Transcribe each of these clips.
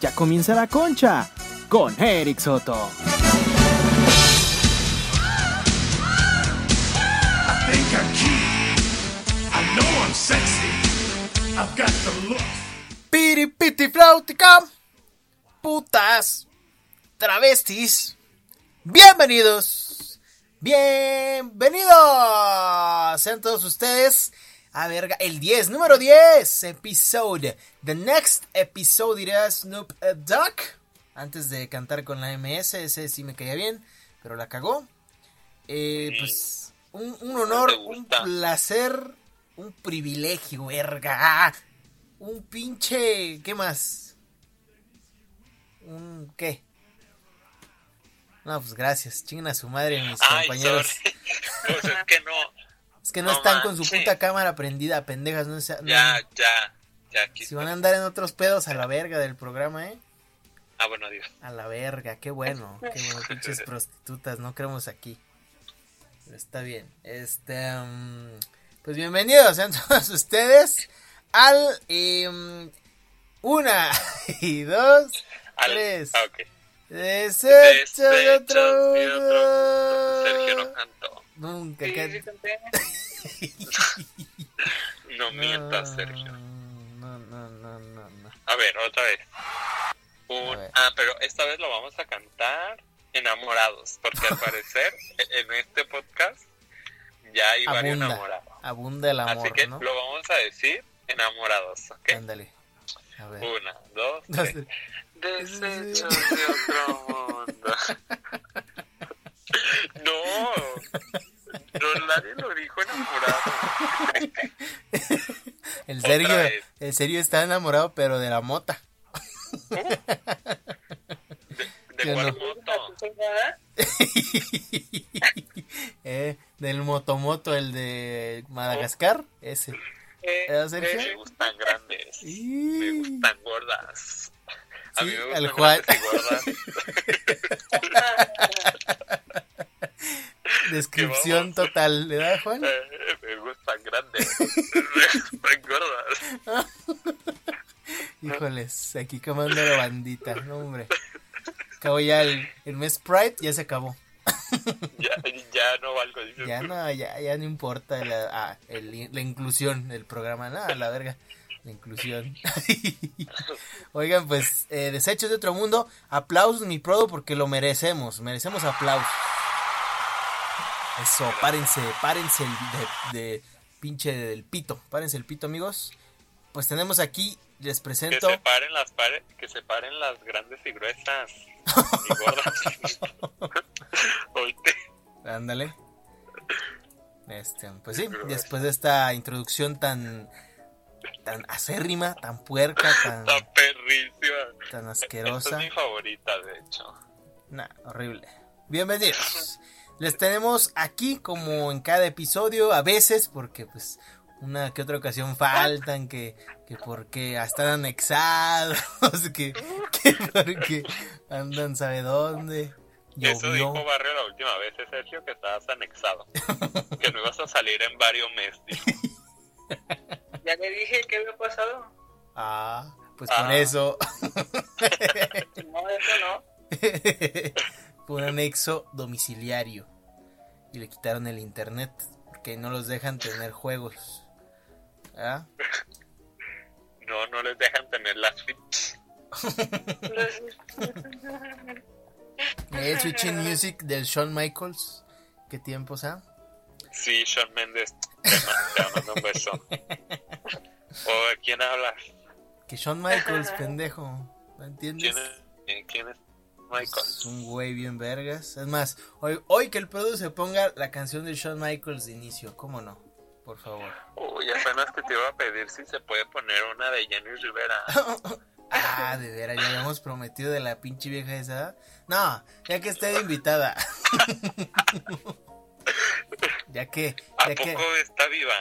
ya comienza la concha con Eric Soto. I think I'm cute. I know I'm sexy. I've got the look. Piripiti flautica, putas, travestis, bienvenidos, bienvenidos sean todos ustedes a verga, el 10, número 10, episode, the next episode diría Snoop Duck, antes de cantar con la MS, ese sí me caía bien, pero la cagó, Eh, pues un, un honor, te un gusta. placer, un privilegio, verga, un pinche. ¿Qué más? ¿Un qué? No, pues gracias. Chinguen a su madre, mis Ay, compañeros. sorry. Pues es que no. Es que no, No están con su manches. puta cámara prendida, pendejas. No, sea- no. Ya, ya. Ya aquí. Si van a andar en otros pedos, a la verga del programa, ¿eh? Ah, bueno, adiós. A la verga, qué bueno. Qué bueno, pinches prostitutas. No creemos aquí. Pero está bien. Este. mm, pues bienvenidos sean todos ustedes al. em, una y dos. Al- Tres. Ah, ok. Desecho de Desechos otro de mundo. otro. Sergio no cantó. Nunca can- No mientas, No, Sergio. No, no, no, no, no. A ver, otra vez. Un- A ver. Ah, pero esta vez lo vamos a cantar enamorados, porque al parecer e- en este podcast ya hay varios Abunda. enamorados. Abunda el Así amor, que ¿no? lo vamos a decir enamorados, ¿ok? Ándale. A ver. Una, dos, No tres. sé. Desechos de otro mundo. No, no nadie lo dijo enamorado. El Otra Sergio, vez. el Sergio está enamorado, pero de la mota. De Yo cuál no. moto. Eh, del motomoto, el de Madagascar. Oh, Ese. ¿Era ¿Eh, Sergio? Me gustan grandes. Me Y- gustan gordas. A mí Sí, me el gustan Juan. grandes y gordas. Descripción vamos. total, ¿verdad, Juan? Eh, me gustan grandes. Me gustan gordas. Híjoles, aquí comando la bandita, no hombre. Acabo ya el, el mes Pride, ya se acabó. Ya, ya no valgo. dices Ya tú. no, ya, ya no importa la, ah, el- la inclusión, el programa, nada, la verga. La inclusión. Oigan, pues, eh, desechos de otro mundo, aplausos mi prodo porque lo merecemos, merecemos aplausos. Eso, párense, párense el de, de pinche del pito, párense el pito amigos. Pues tenemos aquí, les Que presento... se paren las pare- que se paren las grandes y gruesas y gordas. Oíste. Ándale. Este, pues sí, Pero después de esta introducción tan tan acérrima, tan puerca, tan, Está perrísima. tan Esta asquerosa. es mi favorita, de hecho. Nah, horrible. Bienvenidos. Les tenemos aquí como en cada episodio, a veces, porque pues una que otra ocasión faltan, que, que porque están anexados, que, que porque andan sabe dónde. Eso dijo Barrio la última vez, eh, Sergio, que estabas anexado. que no ibas a salir en varios meses. dijo. Ya le dije que había pasado. Ah, pues por Ah. eso. No, eso no. Fue un anexo domiciliario. Y le quitaron el internet. Porque no los dejan tener juegos. ¿Ah? No, no les dejan tener la Switch. El Switching Music del Shawn Michaels. ¿Qué tiempos, ah? Sí, Sean Méndez. Te ma- te mando un beso. ¿O de quién hablas? Que Shawn Michaels, pendejo. ¿No entiendes? ¿Quién es? eh, ¿Quién es? Es Michael. un güey bien vergas. Es más, hoy, hoy que el produce ponga la canción de Shawn Michaels de inicio. ¿Cómo no? Por favor. Uy, apenas que te iba a pedir si se puede poner una de Jenny Rivera. Ah, de veras, ya habíamos prometido de la pinche vieja esa. No, ya que esté de invitada. ya que, ¿A ya que. poco está viva?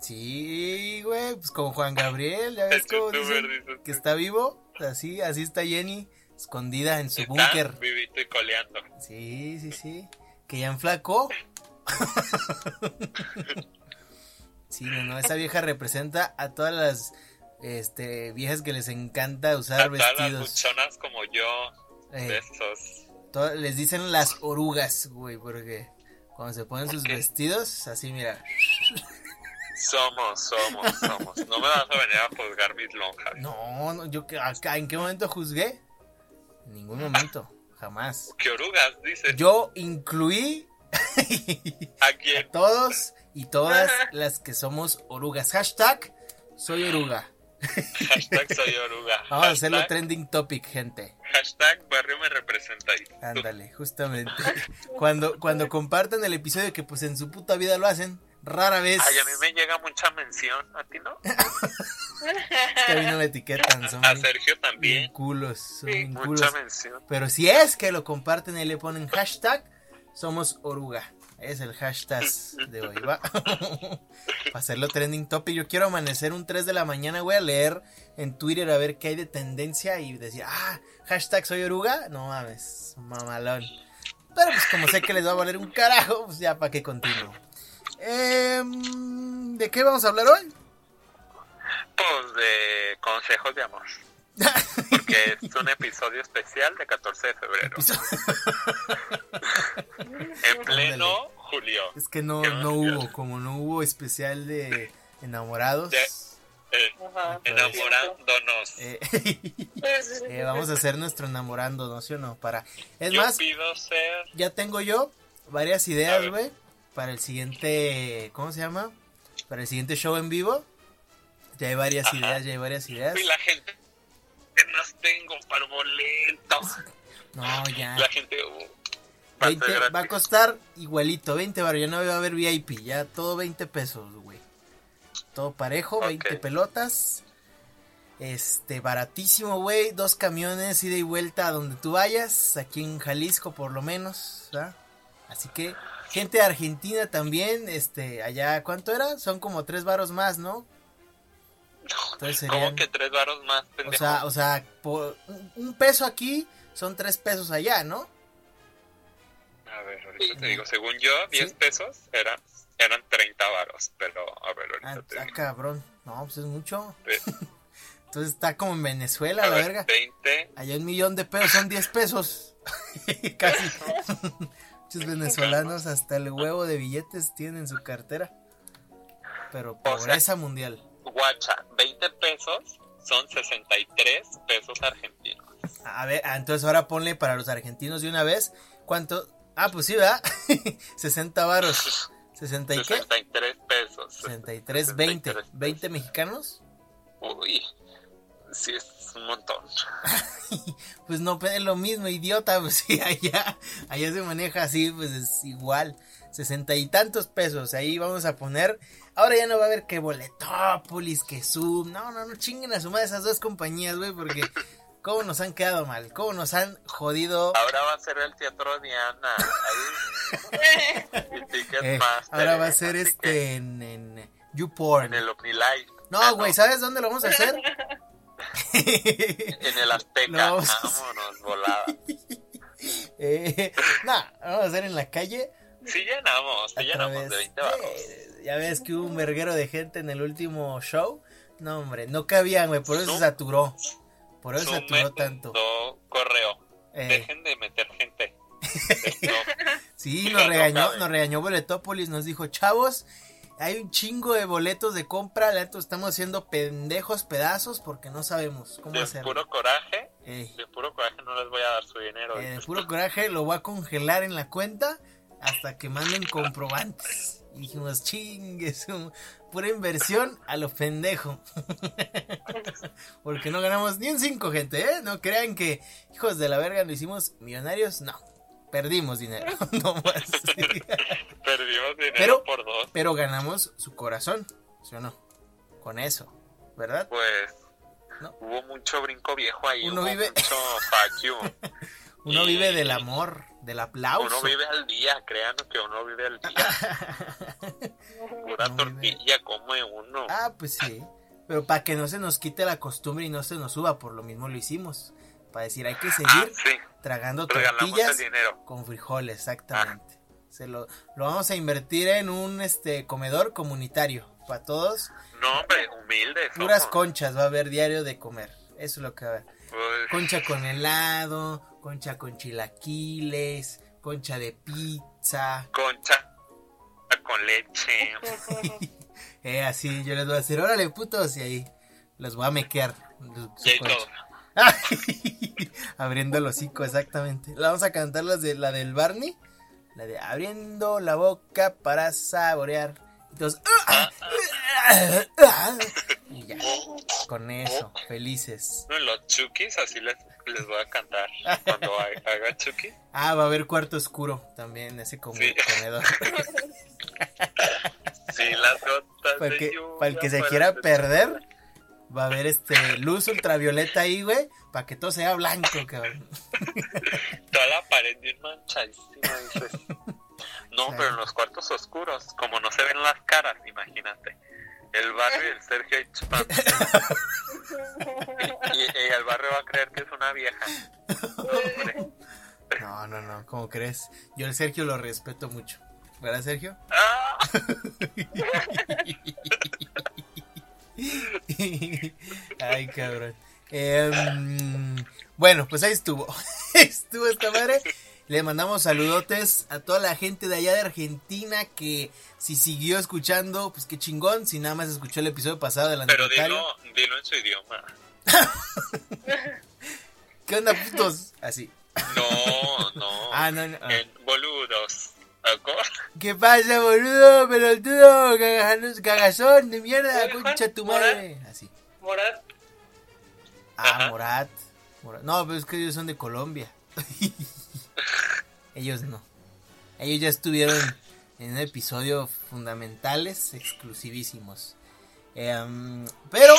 Sí, güey, pues con Juan Gabriel, ya ves El cómo youtuber, dicen dices que tú. está vivo. Así, así está Jenny, escondida en su Está búnker. vivito y coleando. Sí, sí, sí. Que ya enflacó. sí, no, no, esa vieja representa a todas las este, viejas que les encanta usar a todas las vestidos. buchonas como yo, Eh. de esos. Todas- les dicen las orugas, güey, porque cuando se ponen sus Ok. vestidos, así mira. Somos, somos, somos. No me vas a venir a juzgar mis lonjas. No, no, yo que- acá, ¿en qué momento juzgué? En ningún momento, jamás. ¿Qué orugas dices? Yo incluí ¿A a quién? todos y todas las que somos orugas. Hashtag soy oruga. Hashtag soy oruga. Vamos a hacerlo Hashtag- trending topic, gente. Hashtag barrio me representa. Y tú, Ándale, justamente. Cuando, cuando compartan el episodio que pues en su puta vida lo hacen, rara vez Ay, a mí me llega mucha mención. ¿A ti no? es que a mí no me etiquetan, son A bien- Sergio bien también. culos, son Sí. bien Mucha culos. mención. Pero si es que lo comparten y le ponen hashtag, somos oruga. Es el hashtag de hoy, ¿va? Para hacerlo trending topic. Yo quiero amanecer un 3 de la mañana, voy a leer en Twitter a ver qué hay de tendencia y decir, ah, hashtag soy oruga. No mames, mamalón. Pero pues como sé que les va a valer un carajo, pues ya para qué continúo. Em, ¿De qué vamos a hablar hoy? Pues de consejos de amor. Porque es un episodio especial de 14 de febrero. En pleno julio. Es que no, Qué no barbaridad. hubo, como no hubo especial de enamorados. De- Eh, Ajá. enamorándonos. eh, eh, Eh, vamos a hacer nuestro enamorando, ¿no? ¿Sí o no? Para... Es Yo más, pido ser. ya tengo yo varias A ideas, ver. güey, para el siguiente... ¿Cómo se llama? Para el siguiente show en vivo. Ya hay varias Ajá. ideas, ya hay varias ideas. Y la gente. ¿Qué más tengo para boletos? Ah, No, ya. La gente. uh, va a ser 20 va a gratis. costar igualito, 20 baros, ya no va a haber VIP, ya todo 20 pesos, güey. Todo parejo, Ok. 20 pelotas. Este, baratísimo, güey, dos camiones ida y vuelta a donde tú vayas, aquí en Jalisco por lo menos, ¿verdad? Así que gente de Argentina también, este, allá, ¿cuánto era? Son como tres varos más, ¿no? Entonces ¿Cómo pues, serían- que tres varos más, o pendejo? sea, o sea, por un- un peso aquí son tres pesos allá, ¿no? a ver, ahorita te digo, según yo, 10 Sí. pesos eran, eran 30 varos, pero a ver, ahorita Ah, te ah, digo. cabrón. No, pues es mucho. Ve- Entonces está como en Venezuela, a la ver, verga. 20, Allá un millón de pesos son 10 pesos. Casi. Muchos venezolanos hasta el huevo de billetes tienen en su cartera. Pero sea- pobreza mundial. guacha, 20 pesos son 63 pesos argentinos. A ver, ah, entonces ahora ponle para los argentinos de una vez. ¿Cuánto? Ah, pues sí, ¿verdad? 60 varos. ¿60 y qué? 63 pesos. 63, 20. 63 ¿20 mexicanos? Uy, sí, es un montón. Pues no, pues, es lo mismo, idiota. Pues sí, allá, allá se maneja así, pues es igual. Sesenta y tantos pesos. Ahí vamos a poner. Ahora ya no va a haber que Boletópolis, que Zoom. No, no, no chinguen a su madre esas dos compañías, güey, porque cómo nos han quedado mal, cómo nos han jodido. Ahora va a ser el Teatro Diana. Ahí, y Eh, Ticketmaster, ahora va a ser así que este en, en En YouPorn. el OmniLife. Ah, No, güey, ¿sabes dónde lo vamos a hacer? En el Azteca. Lo vamos a hacer. Vámonos, volada. Eh, no, lo vamos a hacer en la calle. Sí llenamos, sí Otra llenamos pues, de vez. 20 baros. Eh, pues, ya ves que hubo un verguero de gente en el último show. No, hombre, no cabían, güey, por eso No. se saturó. Por eso Sumen saturó tanto. do- correo. Eh, Dejen de meter gente. Esto- sí, no, nos no regañó, cabe. nos regañó Boletópolis, nos dijo, chavos, hay un chingo de boletos de compra, la neta, estamos haciendo pendejos pedazos porque no sabemos cómo de hacerlo. puro coraje, Ey, de puro coraje no les voy a dar su dinero. eh, de puro coraje lo voy a congelar en la cuenta hasta que manden comprobantes. Y dijimos, chingues, pura inversión a lo pendejo. Porque no ganamos ni un 5, gente, ¿eh? No crean que, hijos de la verga, lo hicimos millonarios. No, perdimos dinero, no más. Perdimos dinero Pero- por dos. Pero ganamos su corazón, ¿sí o no? Con eso, ¿verdad? Pues No. hubo mucho brinco viejo ahí. Uno hubo vive- Mucho fuck you. Uno vive del amor, del aplauso. Uno vive al día, crean que uno vive al día. Pura Uno vive- tortilla come uno. Ah, pues sí. Pero para que no se nos quite la costumbre y no se nos suba, por lo mismo lo hicimos. Para decir, hay que Ah, seguir sí, tragando regalamos el tortillas dinero. Ah. con frijoles, exactamente. Se lo, lo vamos a invertir en un este comedor comunitario para todos. No, hombre, humildes. Puras somos. conchas va a haber diario de comer. Eso es lo que va a haber. Pues, Concha con helado, concha con chilaquiles, concha de pizza. concha con leche. Eh, así yo les voy a decir, órale, putos, y ahí los voy a mequear. su- su Y ahí concha. todo. abriendo el hocico, exactamente. La vamos a cantar las de, la del Barney. La de abriendo la boca para saborear. Entonces, Ah, y ya, con eso, felices. No, Los chukis, así les, les voy a cantar. Cuando ha- haga chuki. Ah, va a haber cuarto oscuro también, ese como Sí. comedor. Sí, las gotas Para el de que, lluvia para el que se fueron quiera de- perder, va a haber este luz ultravioleta ahí, güey, para que todo sea blanco, cabrón. Toda la pared bien manchadísima, dices. No, pero en los cuartos oscuros, como no se ven las caras, imagínate. El barrio y el Sergio ahí chupando. Y, y el barrio va a creer que es una vieja. Hombre. No, no, no, ¿cómo crees? Yo al Sergio lo respeto mucho. ¿Verdad, Sergio? ¡Ah! Ay, cabrón. Em, bueno, pues ahí estuvo. estuvo esta madre. Le mandamos saludotes a toda la gente de allá de Argentina que si siguió escuchando, pues qué chingón. Si nada más escuchó el episodio pasado del Pero anecdotario. dilo, dilo en su idioma. ¿Qué onda, putos? Así. No, no. Ah, no, no. ah. En boludos. ¿Cómo? ¿Qué pasa, boludo? Pelotudo, cagajanos- cagazón de mierda, concha tu madre. Así. Morat, Ah, Ajá. Morat. Morat. No, pero es que ellos son de Colombia. ellos no. Ellos ya estuvieron en un episodio fundamentales, exclusivísimos. Em, pero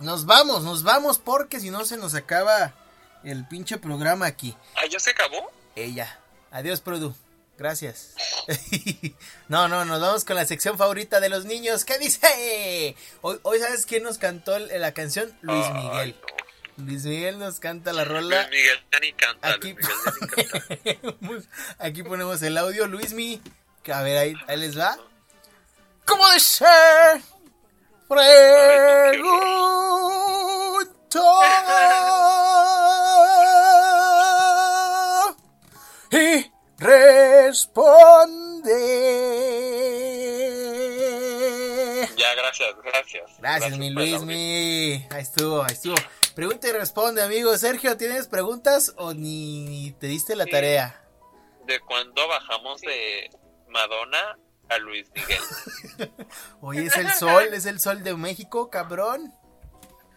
nos vamos, nos vamos porque si no se nos acaba el pinche programa aquí. Ah, ¿ya se acabó? Ella. Adiós, Produ. Gracias. no, no, nos vamos con la sección favorita de los niños. ¿Qué dice? Hoy, hoy ¿sabes quién nos cantó el- la canción? Luis Miguel. Ay, no. Luis Miguel nos canta la Luis rola. Miguel ya ni canta. Aquí, Luis Miguel ya ni canta. ponemos, aquí ponemos el audio, Luismi. que A ver, ahí, ahí les va. ¿Cómo de ser? Pregunto. Y responde. Ya, gracias, gracias. pues, Gracias, mi por el audio. Luismi. Ahí estuvo, ahí estuvo. Pregunta y responde, amigo. Sergio, ¿tienes preguntas o ni, ni te diste la Sí. tarea? ¿De cuándo bajamos de Madonna a Luis Miguel? Oye, es el sol, es el sol de México, cabrón.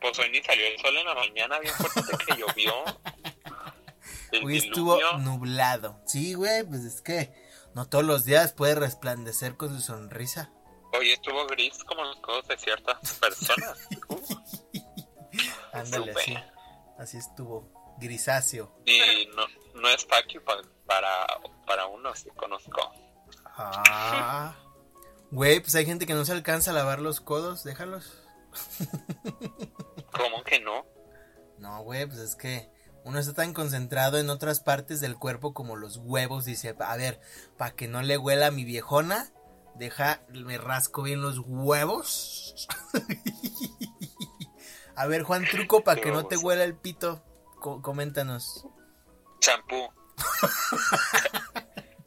Pues hoy ni salió el sol en la mañana, bien fuerte que llovió. El Hoy diluvio. estuvo nublado. Sí, güey, pues es que no todos los días puede resplandecer con su sonrisa. Hoy estuvo gris como los codos de ciertas personas. Ándale, Supe. así. Así estuvo. Grisáceo. Y no, no es fácil pa- para, para uno, sí conozco. Ah. Güey, pues hay gente que no se alcanza a lavar los codos, déjalos. ¿Cómo que no? No, güey, pues es que uno está tan concentrado en otras partes del cuerpo como los huevos. Dice, a ver, para que no le huela a mi viejona, deja, me rasco bien los huevos. a ver, Juan Truco, para que no te huela el pito, co- coméntanos. Champú.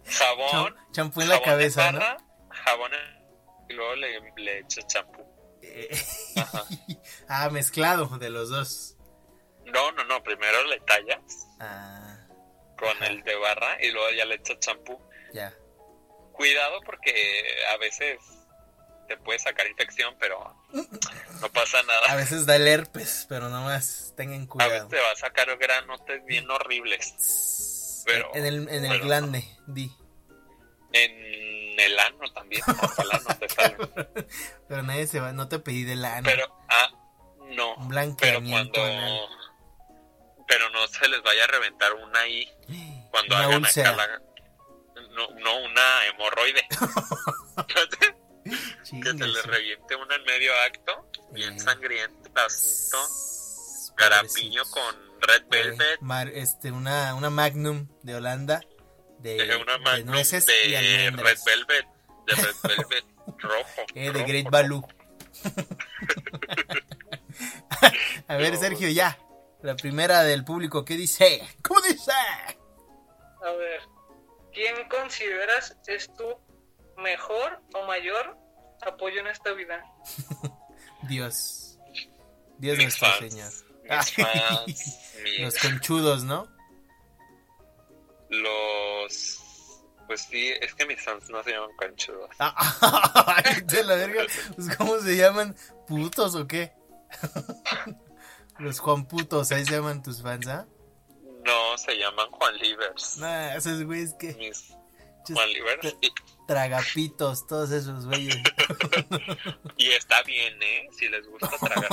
jabón. Cham- champú en la jabón de cabeza, ¿no? barra, Jabón en- y luego le, le echo champú. Eh, Ajá. ah, mezclado de los dos. No, no, no, primero le tallas Ah, con el de barra y luego ya le echas champú. ya. Cuidado porque a veces te puede sacar infección, pero no pasa A nada. veces da el herpes, pero nomás tengan A cuidado. veces te va a sacar granotes bien horribles pero- en el, en el bueno. glande, di. en el ano también. Ojalá no te salga. Pero nadie se va, no te pedí de la Pero, ah, no. Un Pero blanqueamiento cuando. anal. Pero no se les vaya a reventar una ahí cuando Una hagan úlcera. acá la- No, no, una hemorroide. que se les Chínguese. reviente una en medio acto, bien Bien. sangriento, asunto, Pobrecitos. garapiño con red Eh, velvet, mar- este, una, una Magnum de Holanda de, eh, una de magnum nueces y de red almendras. velvet, de red velvet, Rojo. Eh, de rojo, Great rojo. Baloo. A ver, Sergio, ya. La primera del público, ¿qué dice? ¿Cómo dice? A ver, ¿quién consideras es tu mejor o mayor apoyo en esta vida? Dios. Dios Mis nuestro fans, Señor. Mis Ay, fans, mis- Los conchudos, ¿no? los... Pues sí, es que mis fans no se llaman conchudos. Ah, ah, ay, de la verga. Pues, ¿Cómo se llaman? ¿Putos o qué? Los Juan Putos, ahí se llaman tus fans, ¿ah? No, se llaman Juan Livers. Nah, esos güeyes que. Mis chis- Juan Livers. Y, Tragapitos, todos esos güeyes. y está bien, ¿eh? Si les gusta tragar,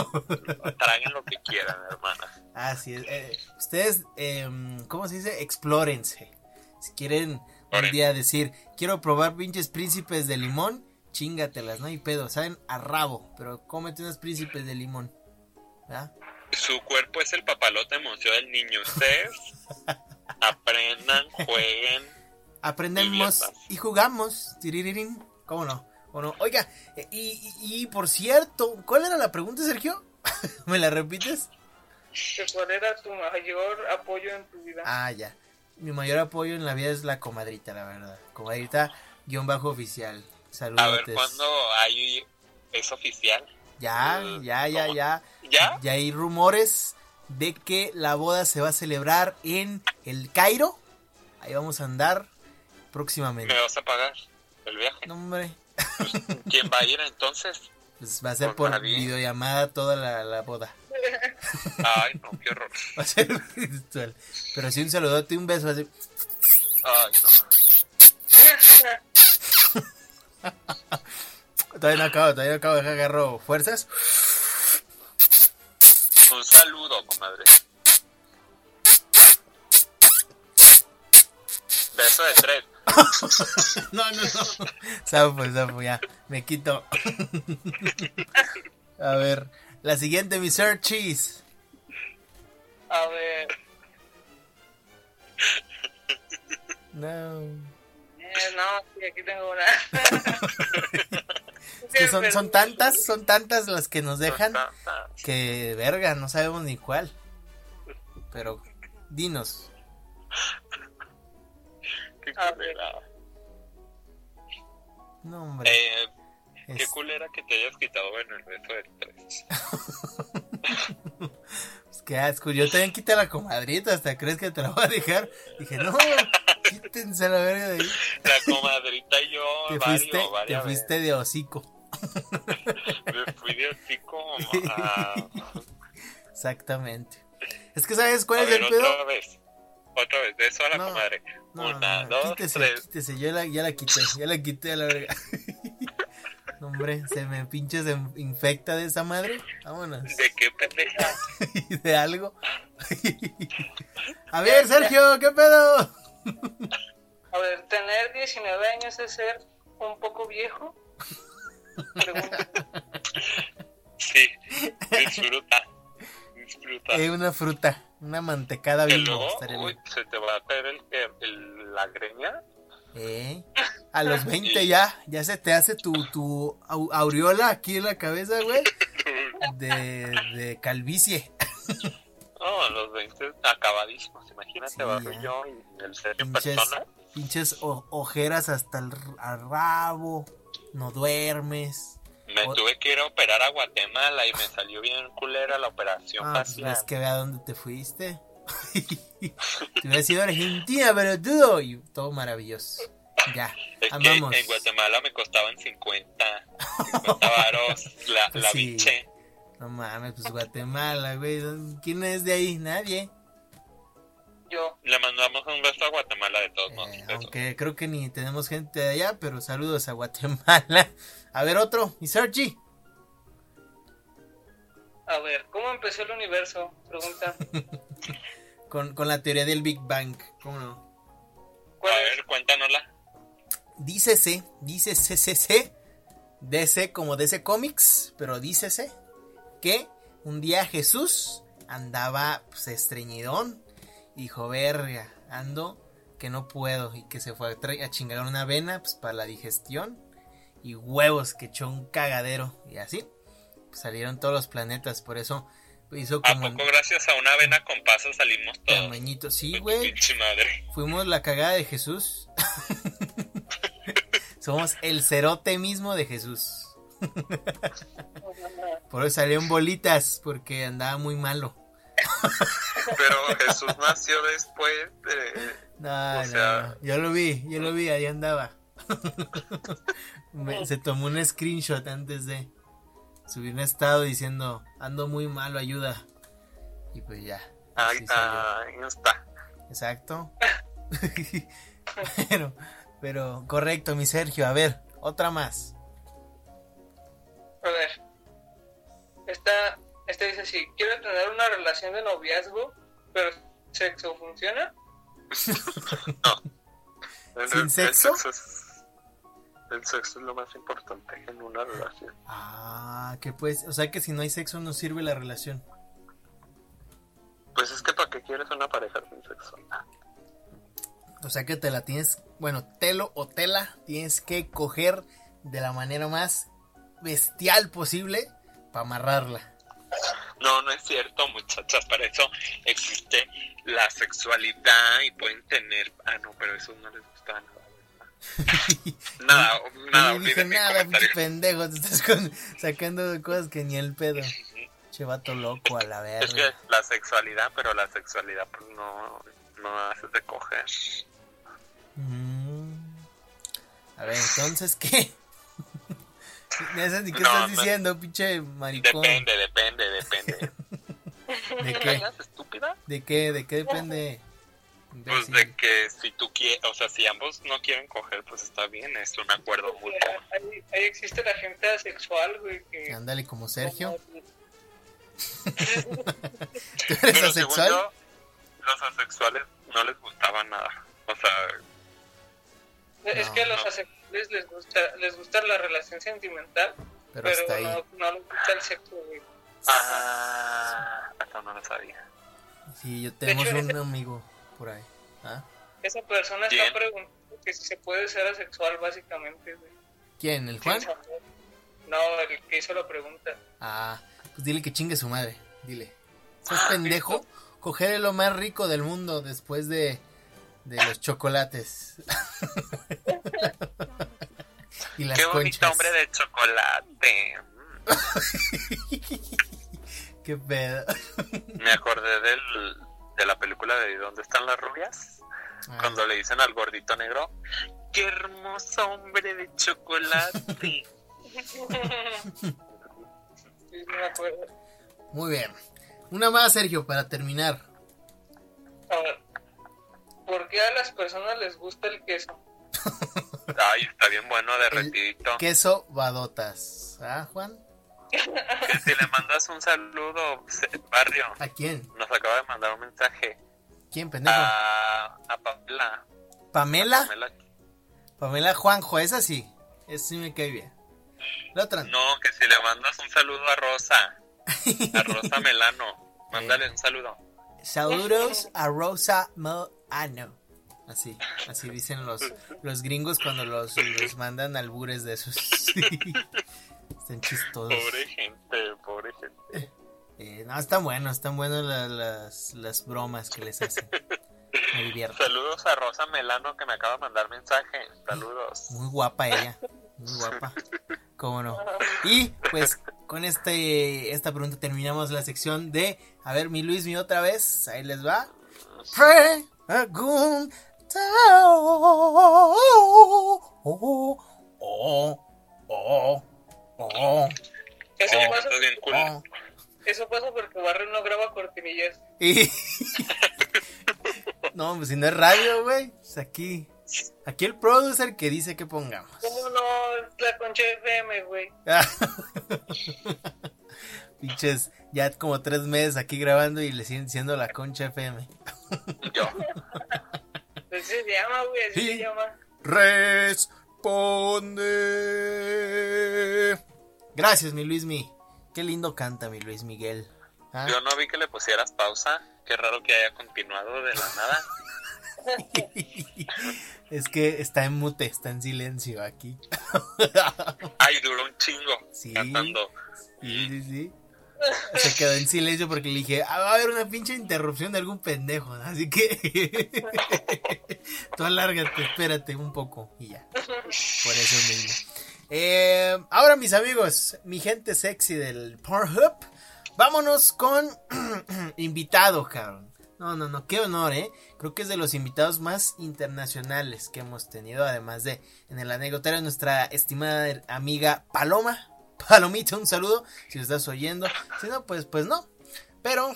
traguen lo que quieran, hermanas. Así es. eh, ustedes, em, ¿cómo se dice? Explórense. Si quieren un Exploren. día decir, quiero probar pinches príncipes de limón, chingatelas, no hay pedo. Saben a rabo, pero cómete unos príncipes de limón. ¿verdad? Su cuerpo es el papalote emoción del niño. Ustedes aprendan, jueguen. aprendemos Idiotas. y jugamos. Tiririrín. ¿Cómo no? ¿Cómo no? Oiga, eh, y, y- y por cierto, ¿cuál era la pregunta, Sergio? ¿Me la repites? ¿Que ¿Cuál era tu mayor apoyo en tu vida? Ah, ya. Mi mayor apoyo en la vida es la comadrita, la verdad. Comadrita, guión bajo oficial. Saludos. A ver cuándo hay... Es oficial. Ya, ya, ya, ¿Cómo? ya. ¿Ya? Ya hay rumores de que la boda se va a celebrar en el Cairo. Ahí vamos a andar próximamente. ¿Me vas a pagar el viaje? No, hombre. ¿Quién va a ir entonces? Pues va a ser Con por nadie. videollamada toda la, la boda. Ay, no, qué horror. Va a ser virtual. Pero sí, un saludote y un beso. así. Ay, no. Todavía no acabo, todavía no acabo. Deja agarro fuerzas. Un saludo, comadre. Beso de tres. No, no, no. Sapo, sapo, ya. Me quito. A ver. La siguiente, mi searchies. A ver, No. eh, no, sí, aquí tengo una. Es que son, son tantas, son tantas las que nos dejan Ta, ta. que, verga, no sabemos ni cuál. Pero, dinos. Qué A culera. No, hombre. Eh, qué es- culera que te hayas quitado bueno el beso de tres. Pues qué asco, yo también quité la comadrita, hasta crees que te la voy a dejar. Dije, no, quítense la verga de ahí. La comadrita y yo, Te varios, fuiste, te varias fuiste de hocico. veces. Me fui de hocico a- Exactamente. Es que sabes a cuál es ver, el otra pedo. vez. Otra vez, beso a la No, comadre. No, Una, no, no, dos, quítese, tres. quítese, yo la, ya la quité, ya la quité a la verga. No, hombre, se me pinche, se me infecta de esa madre. Vámonos. ¿De qué pendeja? De algo. A ver, Sergio, ¿qué pedo? Ah. A ver, ¿tener 19 años es ser un poco viejo? Pregunta. Sí, disfruta. Disfruta. Eh, una fruta, una mantecada que bimbo. luego estaría uy, bien. se te va a caer el, el- la greña. ¿Eh? A los 20 Y- ya, ya se te hace tu, tu au- aureola aquí en la cabeza, güey. De, de calvicie. No, a los 20 acabadísimos. Imagínate, Sí, barro ya. yo y el ser en Pinches, persona. pinches o- ojeras hasta el r- al rabo. No duermes. Me o- tuve que ir a operar a Guatemala y me salió bien culera la operación Ah, pues facial. ves que vea dónde te fuiste. te hubieras ido a Argentina, pero todo. Y todo maravilloso. Ya, Es que amamos. en Guatemala me costaban 50, 50 varos la, Pues la sí. biche. No mames, pues Guatemala, güey. ¿Quién es de ahí? Nadie. Yo, Le mandamos un beso a Guatemala de todos modos. Eh, beso. aunque creo que ni tenemos gente de allá, pero saludos a Guatemala. A ver, otro, mi Sergi. a ver, ¿cómo empezó el universo? Pregunta. Con, con la teoría del Big Bang. ¿Cómo no? ¿Cuál a es? ver, cuéntanosla. Dícese, dice CCC, DC como DC Comics, pero dícese que un día Jesús andaba pues, estreñidón y dijo, verga, ando que no puedo y que se fue a, tra- a chingar una avena pues, para la digestión y huevos que echó un cagadero y así pues, salieron todos los planetas, por eso hizo ¿A como el poco gracias a una avena con pasas salimos todos? tamañito, sí, De tu güey. Pinche madre. Fuimos la cagada de Jesús. Somos el cerote mismo de Jesús. Por eso salieron bolitas, porque andaba muy malo. Pero Jesús nació después de... No, O no, sea- no. Yo lo vi, yo lo vi, ahí andaba. Me- se tomó un screenshot antes de subir un estado diciendo, ando muy malo, ayuda. Y pues ya. Ahí, así salió. ahí está. Exacto. pero, pero, correcto, mi Sergio. A ver, otra más. A ver. Esta, esta dice así, quiero tener una relación de noviazgo, pero sexo funciona. El- ¿Sin el sexo? es- el sexo es lo más importante en una relación. Ah, que pues, o sea que si no hay sexo no sirve la relación. Pues es que ¿para qué quieres una pareja sin sexo? O sea que te la tienes, bueno, telo o tela, tienes que coger de la manera más bestial posible para amarrarla. No, no es cierto, muchachas. Para eso existe la sexualidad y pueden tener. Ah, no, pero eso no les gusta nada. ¿verdad? Nada, nada, No le dije olviden mi nada, pinche comentario. pendejo, te estás con- sacando cosas que ni el pedo. Che vato loco a la Es que verga. la sexualidad, pero la sexualidad pues, no, no hace de coger. Mm. A ver, entonces, ¿qué? ¿De esas ni qué No, estás no. diciendo, pinche maricón? Depende, depende, depende. ¿De qué? ¿Estás estúpida? ¿De qué? ¿De qué depende? Pues Imbécil. de que si tú quieres, o sea, si ambos no quieren coger, pues está bien, es un acuerdo Porque mutuo. ahí, ahí existe la gente asexual, güey, que... Ándale, como Sergio. ¿Tú eres Pero según asexual? yo, los asexuales no les gustaba nada. O sea, Es No, que a los no. asexuales les gusta, les gusta la relación sentimental, Pero, pero, hasta ahí. no, no les gusta el sexo, güey. Ah, hasta no lo sabía. Sí, yo tenemos hecho, un ese- amigo por ahí. ¿Ah? Esa persona Bien. está preguntando que si se puede ser asexual, básicamente, güey. ¿Quién? ¿El Sin Juan? saber. No, el que hizo la pregunta. Ah, pues dile que chingue su madre. Dile. ¿Estás Ah, pendejo? Cogeré lo más rico del mundo después de, de los chocolates. y las Qué bonito conchas. hombre de chocolate. Mm, Qué pedo. Me acordé del, de la película de ¿Dónde están las rubias? Ah, Cuando le dicen al gordito negro, qué hermoso hombre de chocolate. Sí, no me acuerdo. Ah, Muy bien. Una más, Sergio, para terminar. A ver. Ah, ¿Por qué a las personas les gusta el queso? Ay, está bien bueno, El derretidito. queso badotas. ¿Ah, Juan? Que si le mandas un saludo, se- barrio, ¿A quién? nos acaba de mandar un mensaje ¿Quién, pendejo? a, a Pamela. ¿Pamela? Ah, Pamela. Pamela Juanjo, esa sí. Esa sí me cae bien. La otra. No, que si le mandas un saludo a Rosa, a Rosa Melano, Eh. mándale un saludo. Saludos a Rosa Melano. Así, así dicen los, los gringos cuando los, los mandan albures de esos. Están chistosos. Pobre gente, pobre gente. Eh, no, están buenos, están buenos la- las, las bromas que les hacen. Me divierto. Saludos a Rosa Melano que me acaba de mandar mensaje. Saludos. Muy guapa ella. Muy guapa. ¿Cómo no? Y pues con este esta pregunta terminamos la sección de a ver mi Luis mi otra vez, ahí les va. Pregunta. Oh, oh, oh, oh. Eso, Oye, que pasa, estás bien cool. Ah. eso pasa porque Barrio no graba cortinillas. Y- No, pues si no es radio, güey, pues aquí aquí el producer que dice que pongamos. ¿Cómo no? Es la concha FM, güey. Pinches, ya como tres meses aquí grabando y le siguen diciendo la concha FM. Yo. Así Pues se llama, güey, así Sí. se llama. Responde. Gracias, mi Luismi. Qué lindo canta mi Luis Miguel. ¿Ah? Yo no vi que le pusieras pausa. Qué raro que haya continuado de la nada. es que está en mute, está en silencio aquí. Ay, duró un chingo Sí. cantando. Sí, sí, sí. Se quedó en silencio porque le dije, ah, va a haber una pinche interrupción de algún pendejo, ¿no? así que tú alárgate, espérate un poco y ya. Por eso mismo. Eh, ahora mis amigos, mi gente sexy del Pornhub, vámonos con invitado, cabrón. No, no, no, qué honor, ¿eh? Creo que es de los invitados más internacionales que hemos tenido, además de en el anecdotario nuestra estimada amiga Paloma. Palomita, un saludo, si lo estás oyendo. Si no, pues, pues no. Pero,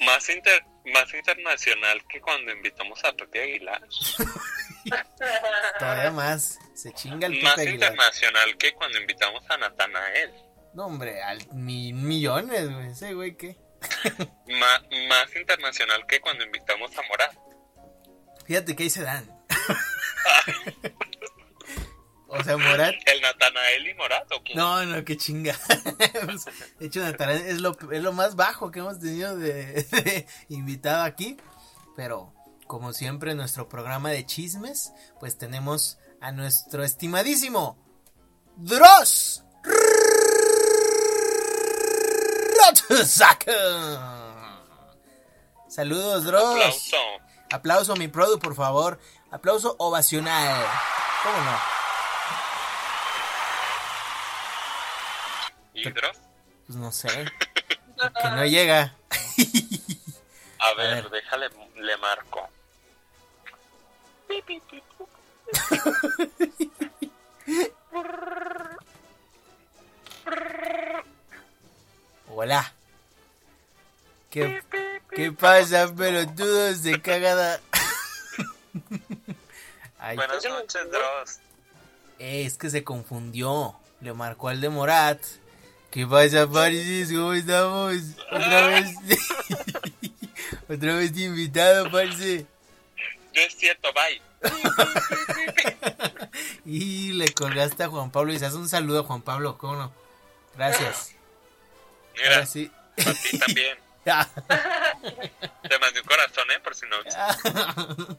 Más, inter, más internacional que cuando invitamos a Pepe Aguilar. todavía más, se chinga el Más Pepe Aguilar. internacional que cuando invitamos a Natanael. No, hombre, al, mi- millones, güey, ese güey, ¿qué? Ma- más internacional que cuando invitamos a Morat. Fíjate que ahí se dan. o sea, Morat. ¿El Natanael y Morat o quién? No, no, qué chinga. Pues, de hecho, Natarán es lo, es lo más bajo que hemos tenido de, de invitado aquí. Pero, como siempre, en nuestro programa de chismes, pues tenemos a nuestro estimadísimo Dross Rotzak. Saludos, Dross. Aplauso. Aplauso a mi produ, por favor. Aplauso ovacional. ¿Cómo no? ¿Y Dross? Pues no sé. Que no llega. A ver, ver. déjale, le marco. Hola. ¿Qué, qué pasa, pelotudos de cagada? Ay, eh, Buenas noches, Dross. es que se confundió. Le marcó al de Morat. ¿Qué pasa, París? ¿Cómo estamos? Otra vez. Otra vez de invitado, París. No es cierto, bye. Y le colgaste a Juan Pablo. Y se hace un saludo a Juan Pablo, ¿cómo no? Gracias. Mira, Ahora sí. a ti también. Te mandé un corazón, ¿eh? Por si no.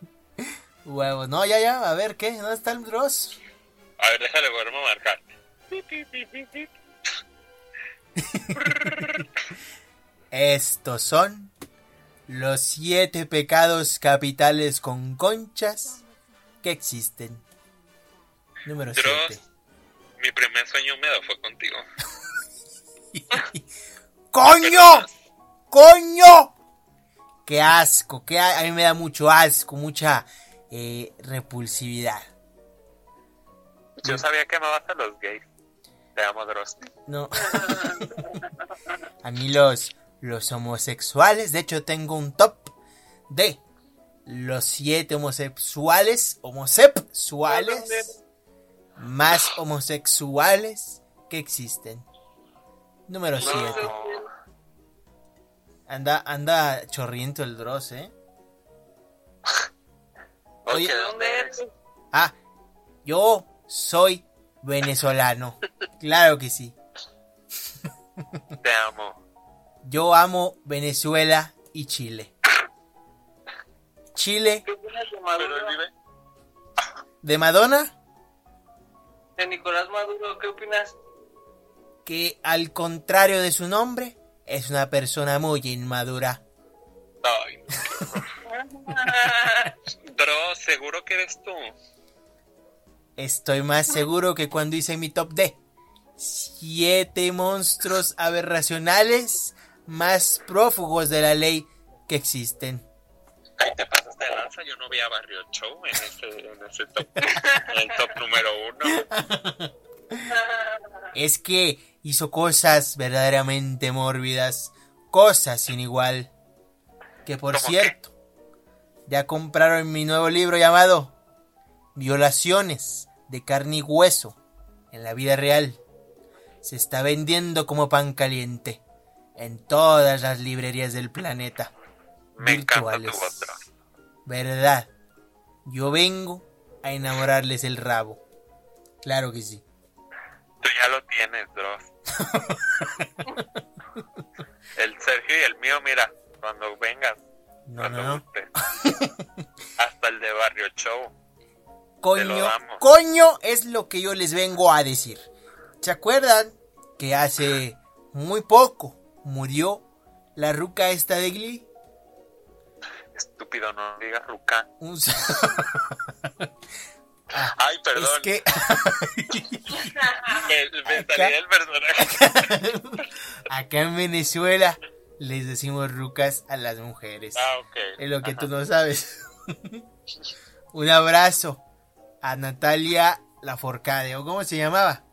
Huevos. No, ya, ya. A ver, ¿qué? ¿Dónde está el Dross? A ver, déjale, vuelvo a marcar. Estos son los siete pecados capitales con conchas que existen. Número Dross. 7. Mi primer sueño húmedo fue contigo. ¡Coño! ¡Coño! ¡Qué asco! Que a, a mí me da mucho asco, mucha eh, repulsividad. Yo sabía que amabas a los gays. Te amo, Dross. No. A mí los, los homosexuales, de hecho tengo un top de los siete homosexuales, homosexuales, más homosexuales que existen. Número 7. Anda, anda chorriento el Dross, ¿eh? Oye. Oye, ¿de dónde eres? Ah, yo soy venezolano. Claro que sí. Te amo. Yo amo Venezuela y Chile. Chile Pero él vive. de Madonna, De Nicolás Maduro, ¿qué opinas? que al contrario de su nombre, es una persona muy inmadura. Ay, Dross, seguro que eres tú. Estoy más seguro que cuando hice mi top D. Siete monstruos aberracionales más prófugos de la ley que existen. Ay, te pasas de lanza. Yo no vi a Barrio Show en ese, en ese top. En el top número uno. Es que hizo cosas verdaderamente mórbidas, cosas sin igual. Que por ¿Cómo cierto, ya compraron mi nuevo libro llamado Violaciones de carne y hueso en la vida real. Se está vendiendo como pan caliente en todas las librerías del planeta. Me encanta tu virtuales. voz, Dross. ¿Verdad? Yo vengo a enamorarles el rabo. Claro que sí. Tú ya lo tienes, Dross. El Sergio y el mío, mira, cuando vengas, No, cuando no, no. gustes. Haz el show. Te lo Coño, damos. coño es lo que yo les vengo a decir. ¿Se acuerdan que hace muy poco murió la ruca esta de Glee? Estúpido, no digas Ruca. Un sa- Ay, es perdón. que Me, me Acá. salí del personaje. acá en Venezuela les decimos rucas a las mujeres. Ah, ok. Es lo que tú no sabes. Un abrazo a Natalia Laforcade, o cómo se llamaba.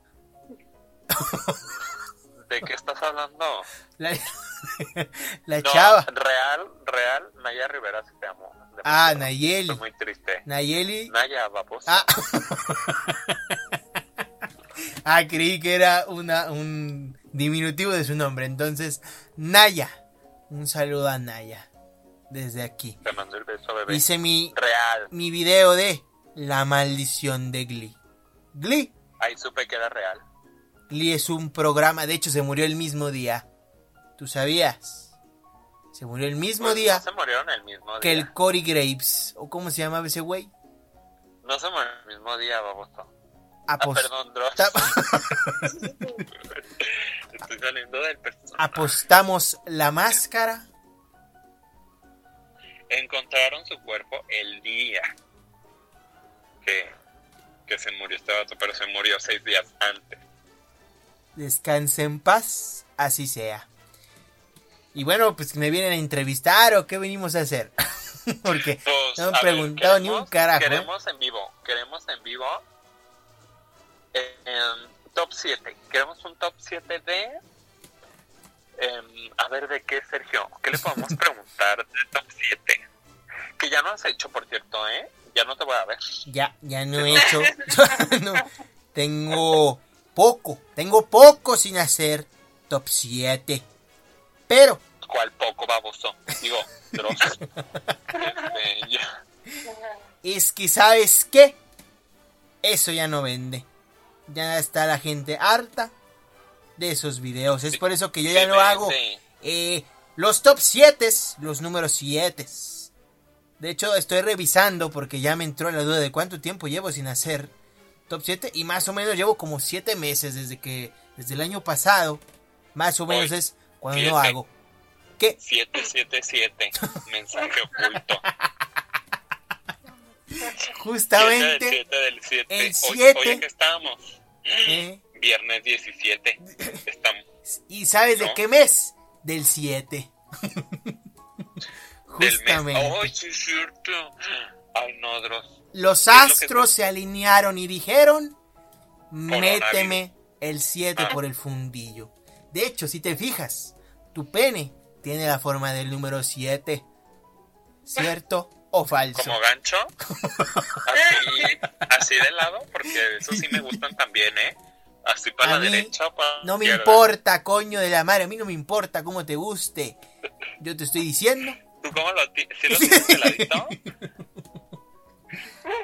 ¿De qué estás hablando? La, la No, chava. Real, real, Naya Rivera se te amo. De- Ah, Nayeli. Estoy muy triste. Nayeli. Naya, vamos. Ah. ah, creí que era una, un diminutivo de su nombre. Entonces, Naya. Un saludo a Naya. Desde aquí. Te mando el beso, bebé. Hice mi, Real. mi video de La maldición de Glee. Glee. Ahí supe que era real. Glee es un programa. De hecho, se murió el mismo día. ¿Tú sabías? Se murió el mismo Pues, día No se murieron el mismo que día. el Cory Graves. ¿O cómo se llamaba ese güey? No se murieron el mismo día, baboso. Ah, Apos- perdón, Dross. Estoy saliendo del Ah. personaje. apostamos la máscara. Encontraron su cuerpo el día que, que se murió este vato, pero se murió seis días antes. Descanse en paz, así sea. Y bueno, pues que me vienen a entrevistar o qué venimos a hacer. Porque Pues, no me a han ver, preguntado ni un queremos- carajo. ¿eh? Queremos en vivo, queremos en vivo eh, em, top 7. Queremos un top 7 de... em, a ver, ¿de qué, Sergio? ¿Qué le podemos preguntar de top 7? Que ya no has hecho, por cierto, ¿eh? Ya no te voy a ver. Ya, ya no he hecho. no, tengo poco, tengo poco sin hacer top 7. Pero ¿Cuál poco baboso? Digo, Dross. Este, ya. es que, ¿sabes qué? Eso ya no vende. Ya está la gente harta de esos videos. Es por eso que yo ya Sí, no sí, hago. sí. Eh, los top 7, los números 7. De hecho, estoy revisando porque ya me entró la duda de cuánto tiempo llevo sin hacer top 7 y más o menos llevo como 7 meses desde que desde el año pasado, más o menos Hoy, es cuando siete. lo hago. ¿Qué? 777, mensaje oculto. Siete Justamente del 7 el del 7. siete. Hoy, hoy en que estábamos. eh, Viernes 17. Estamos ¿Y sabes de ¿No? qué mes? Del 7. del mes. Justamente. Ay, sí es cierto. Ay, no, Dross. Los lo que- astros se alinearon y dijeron, méteme el 7 Ah. por el fundillo. De hecho, si te fijas, tu pene tiene la forma del número 7. ¿Cierto o falso? Como gancho. Así, así de lado, porque eso sí me gustan también, ¿eh? Así para A la mí derecha o para la No me izquierda. importa, coño de la madre, a mí no me importa cómo te guste. Yo te estoy diciendo, ¿Tú cómo lo tienes? ¿Sí lo tienes peladito?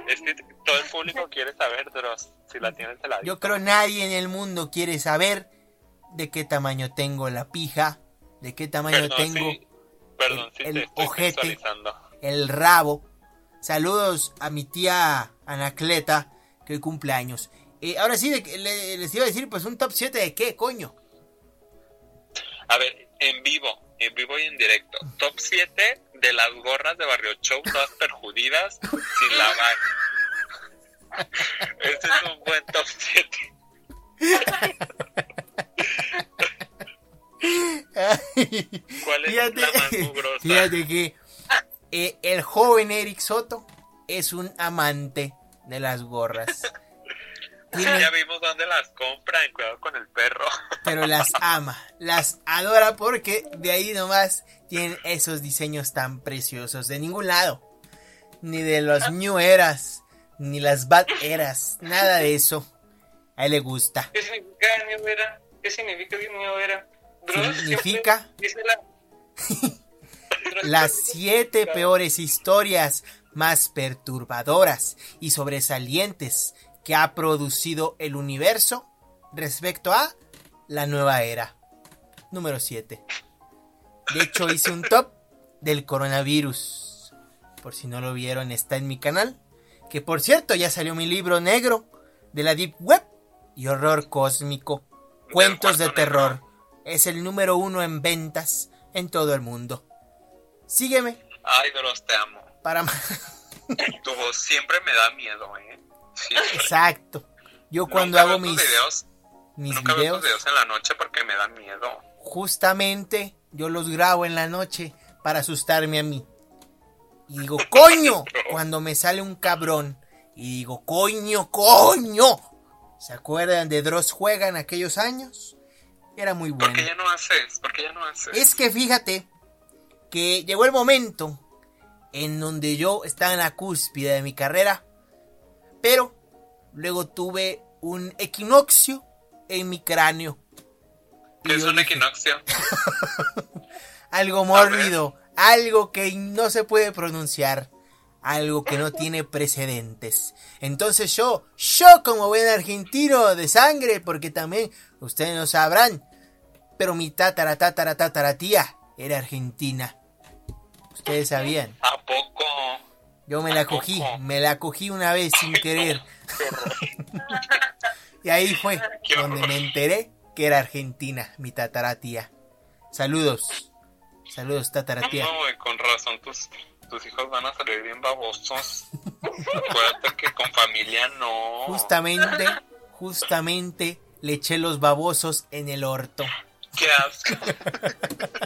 es que todo el público quiere saber, Dross, si la tienes peladito. yo creo nadie en el mundo quiere saber de qué tamaño tengo la pija, de qué tamaño tengo sí. Perdón, el- sí el te estoy ojete. sexualizando. el rabo. Saludos a mi tía Anacleta, que hoy cumple años. Eh, ahora sí, de- le- les iba a decir, pues un top 7 de qué, coño. A ver, en vivo, en vivo y en directo. Top 7 de las gorras de Barrio Show, todas perjudidas, sin lavar. Este es un buen top 7. ¿Cuál es la más mugrosa? fíjate que eh, el joven Eric Soto es un amante de las gorras. Tiene- Ya vimos dónde las compran, cuidado con el perro. pero las ama, las adora porque de ahí nomás tienen esos diseños tan preciosos de ningún lado, ni de los New Eras, ni las Bad Eras, nada de eso. A él le gusta. ¿Qué significa New Era? ¿Qué significa New Era? Dross Significa- siempre dice la- Dross Las siempre dice siete la- peores historias más perturbadoras y sobresalientes que ha producido el universo respecto a la nueva era. Número 7. De hecho, hice un top del coronavirus. Por si no lo vieron, está en mi canal. Que por cierto, ya salió mi libro negro de la Deep Web y horror cósmico. Cuentos de terror. Es el número uno en ventas en todo el mundo. Sígueme Ay, Dross, te amo. para más. Tu voz siempre me da miedo, ¿eh? Siempre. Exacto. Yo cuando Nunca hago veo tus mis, videos, mis nunca veo videos, tus videos en la noche porque me da miedo. justamente yo los grabo en la noche para asustarme a mí. Y digo, coño, cuando me sale un cabrón. Y digo, coño, coño. ¿Se acuerdan de Dross Juega en aquellos años? Era muy ¿Por bueno. qué ya no haces? ¿Por qué ya no haces? Es que fíjate que llegó el momento en donde yo estaba en la cúspide de mi carrera, pero luego tuve un equinoccio en mi cráneo. Que Y es yo un dije, equinoccio. Algo mórbido, algo que no se puede pronunciar, algo que no tiene precedentes. Entonces yo, yo como buen argentino de sangre, porque también ustedes no sabrán, pero mi tatara tatara tatara tía era argentina. Ustedes sabían. ¿A poco? Yo me la cogí, me la cogí una vez sin querer. y ahí fue Qué horror. donde me enteré que era argentina, mi tataratía. Saludos. Saludos, tataratía. No, güey, con razón tus, tus hijos van a salir bien babosos. Acuérdate que con familia no. Justamente, justamente le eché los babosos en el orto. Qué asco.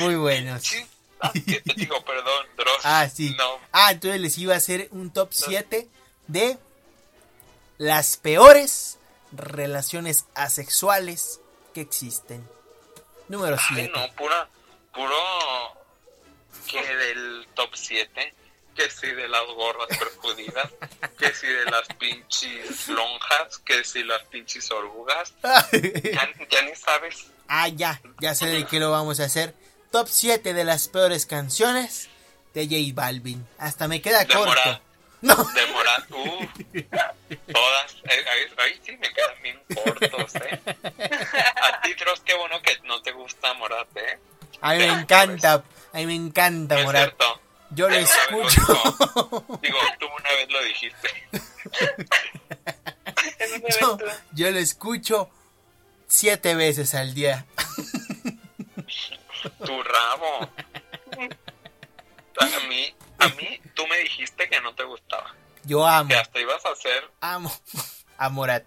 Muy buenos. Sí. Ah, que te digo, perdón, Dross. Ah, sí. No, Ah, entonces les iba a hacer un top 7 de las peores relaciones asexuales que existen. Número 7. Ay, no, pura, puro que del top 7, que si de las gorras perjudidas, que si de las pinches lonjas, que si las pinches orugas, ya, ya ni sabes. Ah, ya, ya sé de qué lo vamos a hacer. Top 7 de las peores canciones de J Balvin. Hasta me queda De corto. Morat. No, De moral, uh, todas, eh, ahí, ahí sí me quedan bien cortos, ¿eh? A ti, Dross, qué bueno que no te gusta Morat, ¿eh? a mí me encanta, a mí me encanta No es Morat. cierto. Yo lo Una vez lo escucho. dijo. Digo, tú una vez lo dijiste. En un Yo, evento. yo lo escucho siete veces al día. Tu rabo. A mí, a mí, tú me dijiste que no te gustaba. Yo amo, Que hasta ibas a hacer. amo a Morat.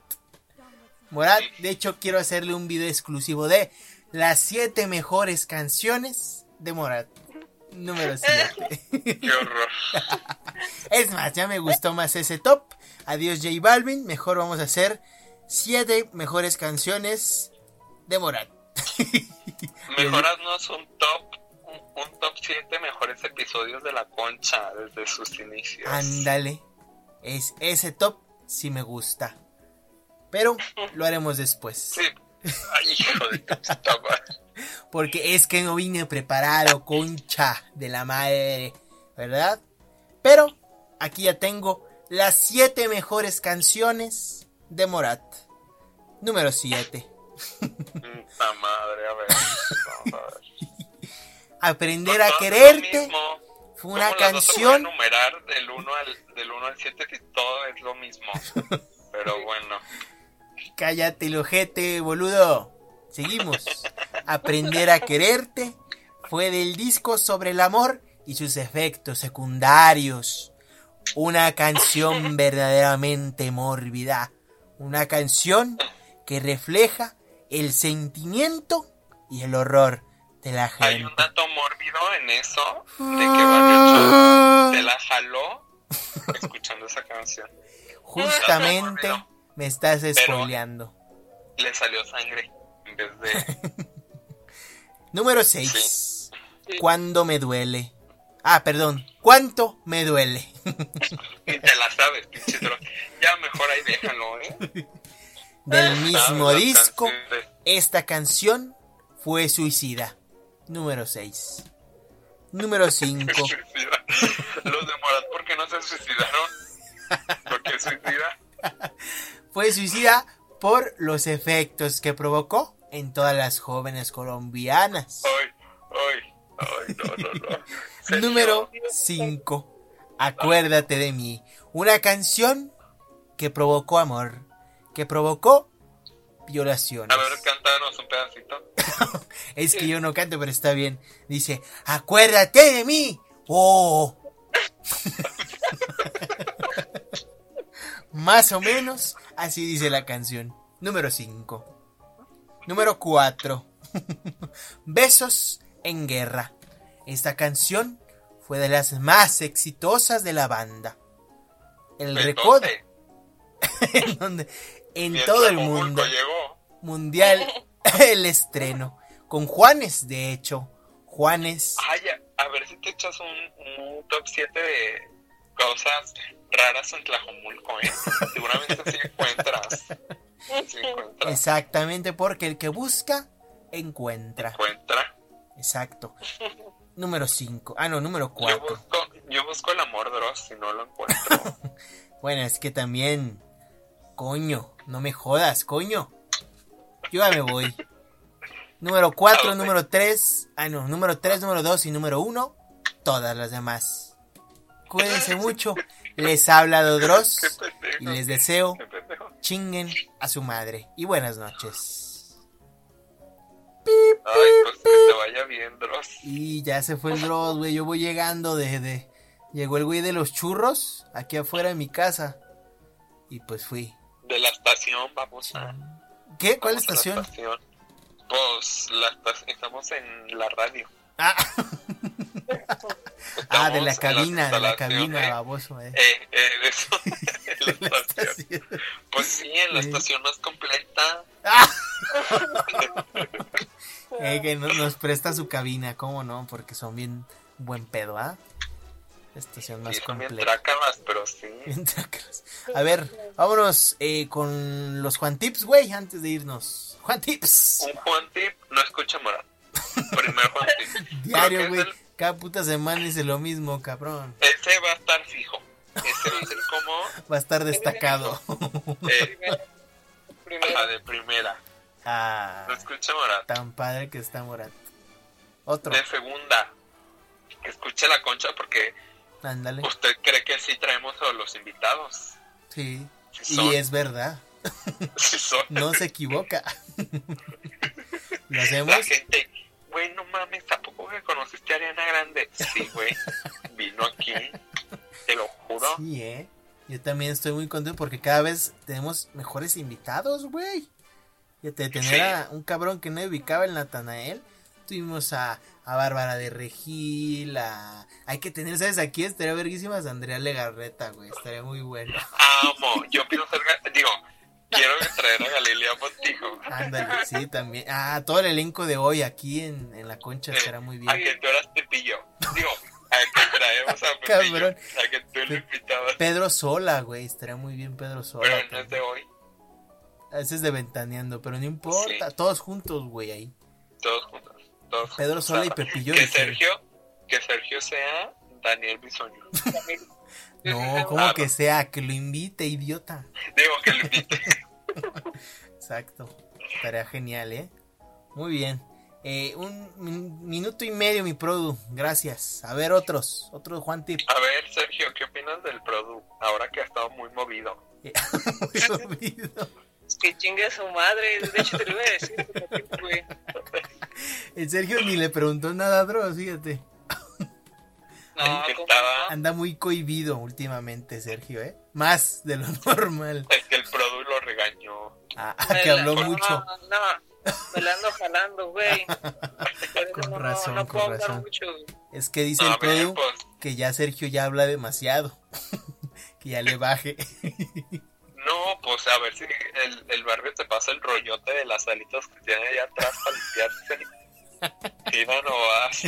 Morat, de hecho, quiero hacerle un video exclusivo de las 7 mejores canciones de Morat. Número 7. Qué horror. Es más, ya me gustó más ese top. Adiós J Balvin, mejor vamos a hacer 7 mejores canciones de Morat. Mejor haznos un top, un, un top 7 mejores episodios de La Concha desde sus inicios. Ándale. Es ese top sí me gusta. Pero lo haremos después. Sí. Ay, hijo de tu puta madre. Porque es que no vine preparado, concha de la madre, ¿verdad? Pero aquí ya tengo las 7 mejores canciones de Morat. Número 7. Puta madre, a ver. Vamos a ver. Aprender a Todas es lo quererte mismo. fue una ¿Cómo las vas a poder canción enumerar del 1 al, del 1 al 7 si todo es lo mismo? Pero bueno. Cállate el ojete, boludo. Seguimos. Aprender a quererte fue del disco sobre el amor y sus efectos secundarios. Una canción verdaderamente mórbida. Una canción que refleja el sentimiento y el horror de la Hay un gente. dato mórbido en eso de que Ah. Barrio Chow se la jaló escuchando esa canción. Justamente me estás spoileando. Le salió sangre en vez de. Número 6. ¿Cuándo me duele? Ah, perdón. ¿Cuánto me duele? Ni te la sabes, pinche troll. Ya mejor ahí déjalo, ¿eh? Ah, Del mismo Sabes las disco, canciones. esta canción fue Suicida. Número 6. Número 5. Se suicida. Los de Morat, ¿por qué no se suicidaron? Porque suicida. Fue Suicida por los efectos que provocó en todas las jóvenes colombianas. Hoy, hoy, hoy, no, no, no. Señor. Número 5. Acuérdate de mí. Una canción que provocó amor, que provocó violaciones. A ver, cántanos un pedacito. Es que yo no canto, pero está bien. Dice, acuérdate de mí. Oh. Más o menos así dice la canción. Número 5. Número 4. Besos en guerra. Esta canción fue de las más exitosas de la banda. El recodo Entonces, en, donde- en mientras todo el Acapulco mundo llegó. mundial el estreno. Con Juanes, de hecho. Juanes. Ay, a, a ver si te echas un, un top 7 de cosas raras en Tlajomulco, ¿eh? Seguramente sí encuentras. Sí encuentras. Exactamente, porque el que busca, encuentra. Encuentra. Exacto. Número 5. Ah, no, número Yo 4. busco, yo busco el amor, Dross, si no lo encuentro. Bueno, es que también. Coño, no me jodas, coño. Yo ya me voy. Número 4, número 3. Ah, no, número 3, número 2 y número 1. Todas las demás. Cuídense mucho. Les ha hablado Dross. Y les deseo Qué pendejo. chinguen a su madre. Y buenas noches. Ay, pues que te vaya bien, Dross. Y ya se fue el Dross, güey. Yo voy llegando desde. Llegó el güey de los churros aquí afuera de mi casa. Y pues fui. De la estación, vamos a. ¿Qué? ¿Cuál vamos a Ah. estación? la estación. Pues la esta- estamos en la radio. Ah, ah, Estamos de la en cabina, de la instalación, cabina, eh. baboso. eh. Eh, eh, de eso, en la La estación. estación. Pues sí, en la Sí. estación más completa. Ah. Eh, que no- nos presta su cabina, ¿cómo no? Porque son bien buen pedo, ¿ah? Estación más Sí, son bien completa. trácalas, pero sí. Bien trácalas. A ver, vámonos eh, con los Juan Tips, güey, antes de irnos. Juan Tips. Un Juan Tip no escucha moral. Primer Juan Tip. Diario, Creo que güey. es el- Cada puta semana dice lo mismo, cabrón. Ese va a estar fijo. Ese va a ser como Va a estar destacado. eh, la Primero. de primera. ah, No escucha moral. tan padre que está Morat. Otro, De segunda. Escucha la concha porque ándale. usted cree que sí traemos a los invitados. Sí. Sí son. Y es verdad, Sí son. no se equivoca. lo La hacemos. gente, güey, no mames, tampoco que conociste a Ariana Grande. Sí, güey, vino aquí, te lo juro. Sí, eh. Yo también estoy muy contento porque cada vez tenemos mejores invitados, güey. Ya te tener Sí. a un cabrón que no ubicaba el Natanael. Tuvimos a, a Bárbara de Regil, a... Hay que tener, ¿sabes? Aquí estaría verguísimas a Andrea Legarreta, güey. Estaría muy bueno. Amo, yo quiero ser, ga- digo, quiero traer a Galilea Montijo. Ándale, sí, también. Ah, todo el elenco de hoy aquí en, en La Concha estará muy A bien. que tú eras Pepillo. Digo, a que traemos a Pepillo. Cabrón. A que tú lo invitabas. Pedro Sola, güey. Estará muy bien Pedro Sola. Pero no es de hoy, A veces de ventaneando, pero no importa. este- Sí. Todos juntos, güey, ahí. todos juntos. Todos Pedro juntos. Sola y Pepillo. Que dije, Sergio, que Sergio sea Daniel Bisoño. No, como Ah, que no. sea, que lo invite, idiota. Digo, que lo invite. Exacto. Estaría genial, ¿eh? Muy bien. Eh, un min- minuto y medio, mi produ. Gracias. A ver, otros. Otro Juan Tip. A ver, Sergio, ¿qué opinas del Produ? Ahora que ha estado muy movido. Muy movido. pues, Que chingue a su madre. De hecho, te lo iba a decir. güey. El Sergio ni le preguntó nada a Dross, fíjate. No, que ¿cómo estaba- no? Anda muy cohibido últimamente, Sergio, ¿eh? Más de lo normal. Es que el Produ lo regañó. Ah, Me que la- habló mucho. No, no, me la ando jalando, güey. Por eso Con no- razón, no con puedo hablar razón. mucho, güey. Es que dice A el ver, produ pues, que ya Sergio ya habla demasiado. que ya le baje. no, pues a ver si el, el barrio te pasa el rollote de las alitas que tiene allá atrás para limpiarse. Tira nomás,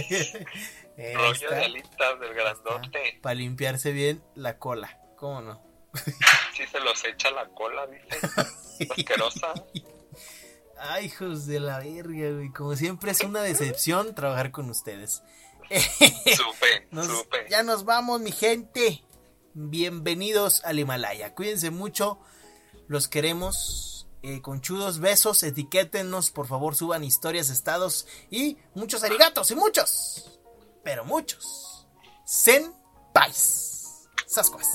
Eh, ahí rollo de está. alitas del grandote. Para limpiarse bien la cola. ¿Cómo no? Si se los echa la cola, dice. Asquerosa. Ay, hijos de la verga, güey. Como siempre es una decepción trabajar con ustedes. Supe, Nos- supe. ya nos vamos, mi gente. Bienvenidos al Himalaya. Cuídense mucho. Los queremos. Eh, conchudos, besos, etiquétenos, por favor, suban historias, estados y muchos arigatos y muchos, pero muchos. Zen Pais. Sasquas.